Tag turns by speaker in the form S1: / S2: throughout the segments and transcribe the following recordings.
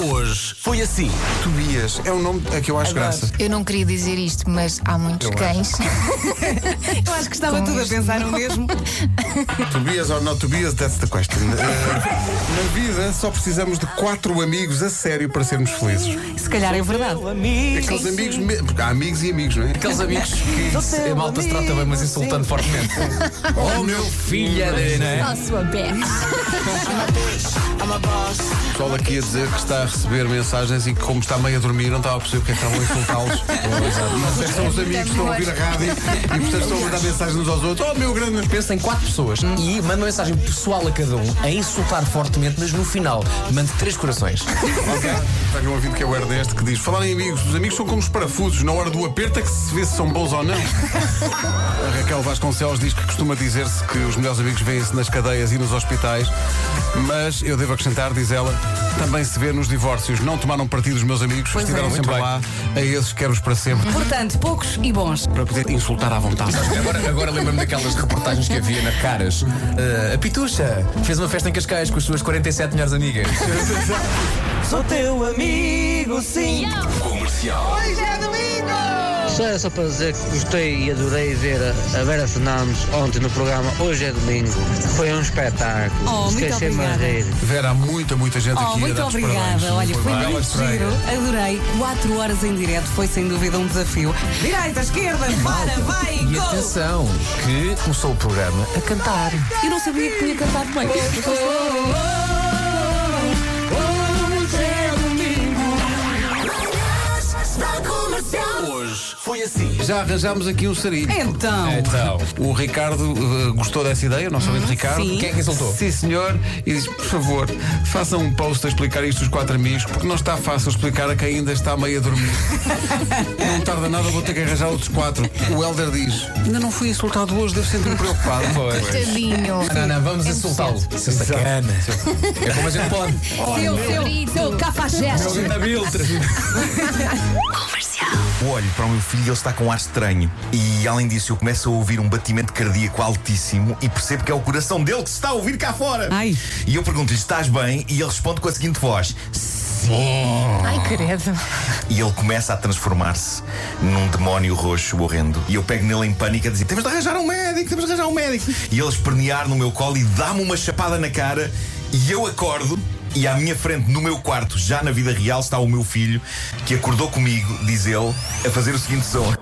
S1: Hoje foi assim.
S2: Tobias é um nome a que eu acho graça.
S3: Eu não queria dizer isto, mas há muitos
S2: Eu
S3: cães.
S4: Eu acho que estava tudo a pensar no mesmo.
S2: Tobias or not Tobias, that's the question. Eh, na vida só precisamos de quatro amigos a sério para sermos felizes.
S4: Se calhar é verdade.
S2: Aqueles amigos, me- porque há amigos e amigos, não é?
S1: Aqueles amigos que se- a malta se trata bem, mas insultando fortemente. oh, meu filho, é, não é?
S3: sua beca.
S2: O pessoal aqui a dizer que está a receber mensagens e que, como está meio a dormir, não estava a perceber porque é que estavam a insultá-los. Mas é que são os amigos que estão a ouvir a rádio e, portanto, estão a mandar mensagens uns aos outros. Oh, meu grande.
S5: Pensa em quatro pessoas e manda uma mensagem pessoal a cada um a insultar fortemente, mas no final mande três corações.
S2: Ok. Está aqui um ouvido que é o Ernest que diz: Falar em amigos, os amigos são como os parafusos, na hora do aperto é que se vê se são bons ou não. A Raquel Vasconcelos diz que costuma dizer-se que os melhores amigos vêem-se nas cadeias e nos hospitais, mas eu devo acrescentar, diz ela, também se vê nos divórcios. Não tomaram partido os meus amigos,
S4: Pois é.
S2: estiveram
S4: Muito
S2: sempre
S5: bem.
S2: lá, a esses quero-os para sempre,
S4: Portanto, poucos e bons.
S2: para poder insultar à vontade.
S5: Agora, agora lembro-me daquelas reportagens que havia na Caras. Ah, a Pitucha fez uma festa em Cascais com as suas 47 melhores amigas.
S6: Sou teu amigo, sim.
S7: Só era só para dizer que gostei e adorei ver a a Vera Fernandes ontem no programa Hoje é Domingo. Foi um espetáculo.
S4: Oh, muito
S7: Esqueci-me a
S4: obrigada.
S7: rir.
S2: Vera, há muita, muita gente
S4: Oh,
S5: é
S2: aqui a
S4: muito
S2: dar-te
S4: obrigada.
S2: parabéns.
S4: Olha,
S2: bem.
S4: foi muito
S2: Bela
S4: giro.
S2: estreia.
S4: Adorei. Quatro horas em direto foi sem dúvida um desafio. Direita, esquerda, para, vai,
S5: E
S4: gol!
S5: atenção, que começou o programa a cantar.
S4: Eu não sabia que tinha cantado bem.
S1: Hoje foi assim.
S2: Já arranjámos aqui um sarilho.
S4: Então,
S5: Então,
S2: O Ricardo uh, gostou dessa ideia, o nosso amigo Ricardo.
S4: sim. Quem
S5: é que insultou?
S2: Sim, senhor. E diz: por favor, façam um post a explicar isto aos quatro amigos, porque não está fácil explicar a quem ainda está meio a dormir. não tarda nada, vou ter que arranjar outros quatro. O Helder diz: ainda não fui insultado hoje, devo sentir-me preocupado.
S5: pois.
S3: Tadinho.
S5: Não, não, vamos
S3: É
S5: insultá-lo.
S3: inocente.
S5: Seu sacana. É como a gente pode.
S4: seu, seu, seu cafajeste.
S8: Eu olho para o meu filho e ele está com um ar estranho. E além disso, eu começo a ouvir um batimento cardíaco altíssimo e percebo que é o coração dele que se está a ouvir cá fora.
S4: Ai.
S8: E eu pergunto-lhe: estás bem? E ele responde com a seguinte voz: Sim.
S3: Ai, credo.
S8: E ele começa a transformar-se num demónio roxo horrendo. E eu pego nele em pânico a dizer: Temos de arranjar um médico, temos de arranjar um médico. E ele espernear no meu colo e dá-me uma chapada na cara. E eu acordo. E à minha frente, no meu quarto, já na vida real, está o meu filho que acordou comigo, diz ele, a fazer o seguinte som.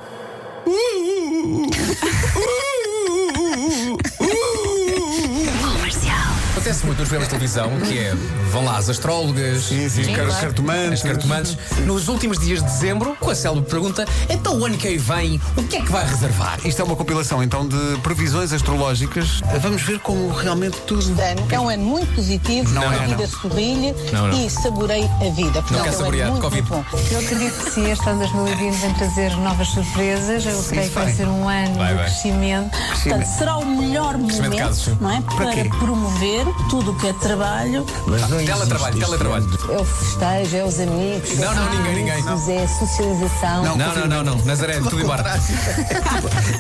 S5: Acontece muito nos programas de televisão que é vão lá as astrólogas,
S2: Sim, Caros cartomantes.
S5: as cartomantes. Nos últimos dias de dezembro, com a Célio pergunta: então o ano que aí vem, o que é que vai reservar?
S2: Isto é uma compilação então de previsões astrológicas. Vamos ver como realmente tudo.
S9: ano. É um ano muito positivo,
S2: Não é,
S9: a vida
S2: não.
S9: sorrilha
S5: Não, não.
S9: e saborei a vida. Portanto,
S5: quero
S9: é um ano
S5: saborear,
S9: muito
S5: Covid.
S9: bom.
S10: Eu acredito que sim, este ano 2020 vem trazer novas surpresas. Eu creio que vai
S2: vai.
S10: ser um ano
S5: Vai,
S10: de
S5: vai.
S10: crescimento.
S9: Portanto, será o melhor
S5: Crescimento de casos, sim.
S9: momento não é? para,
S2: quê?
S9: promover tudo o que é trabalho.
S5: Teletrabalho, teletrabalho.
S10: É o festejo, é os amigos.
S5: Não, não, ninguém, ninguém.
S10: É a socialização.
S2: Não,
S5: Não, não, não, não. Nazaré, tudo embora.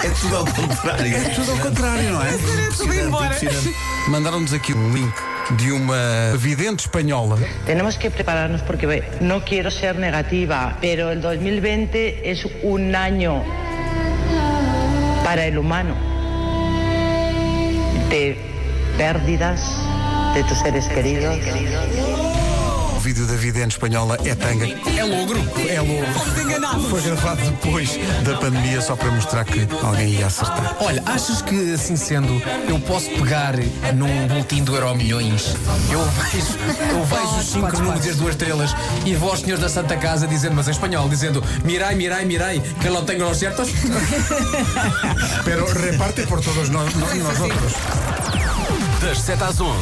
S8: É tudo ao contrário.
S2: É tudo ao contrário, não é? Mandaram-nos aqui um link de uma vidente espanhola.
S11: Tenemos que prepararnos porque ve, no quiero ser negativa, pero el 2020 es un año para el humano de pérdidas de tus seres queridos.
S2: O vídeo da vidente espanhola é tanga. É logro. É logro. Foi gravado depois da pandemia só para mostrar que alguém ia acertar.
S5: Olha, achas que assim sendo eu posso pegar num boletim do Euro Milhões? Eu vejo, eu vejo os cinco números e as duas estrelas e vós, senhores da Santa Casa, dizendo, mas em espanhol, dizendo mirai, mirai, mirai, que não tenho os certos.
S2: Pero reparte por todos nós, nós outros.
S1: Das 7 às 11,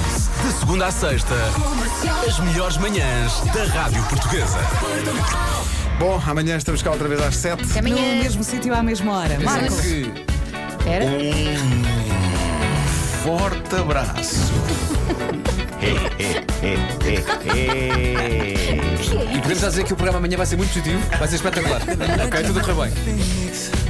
S1: de segunda à sexta, as melhores manhãs da Rádio Portuguesa.
S2: Bom, amanhã estamos cá outra vez às 7.
S3: Até
S4: No
S3: amanhã.
S4: mesmo sítio à mesma hora. Marcos.
S5: Que-
S3: Espera.
S8: Um Forte abraço.
S5: E podemos já dizer que o programa amanhã vai ser muito positivo, vai ser espetacular. ok, tudo a correr bem.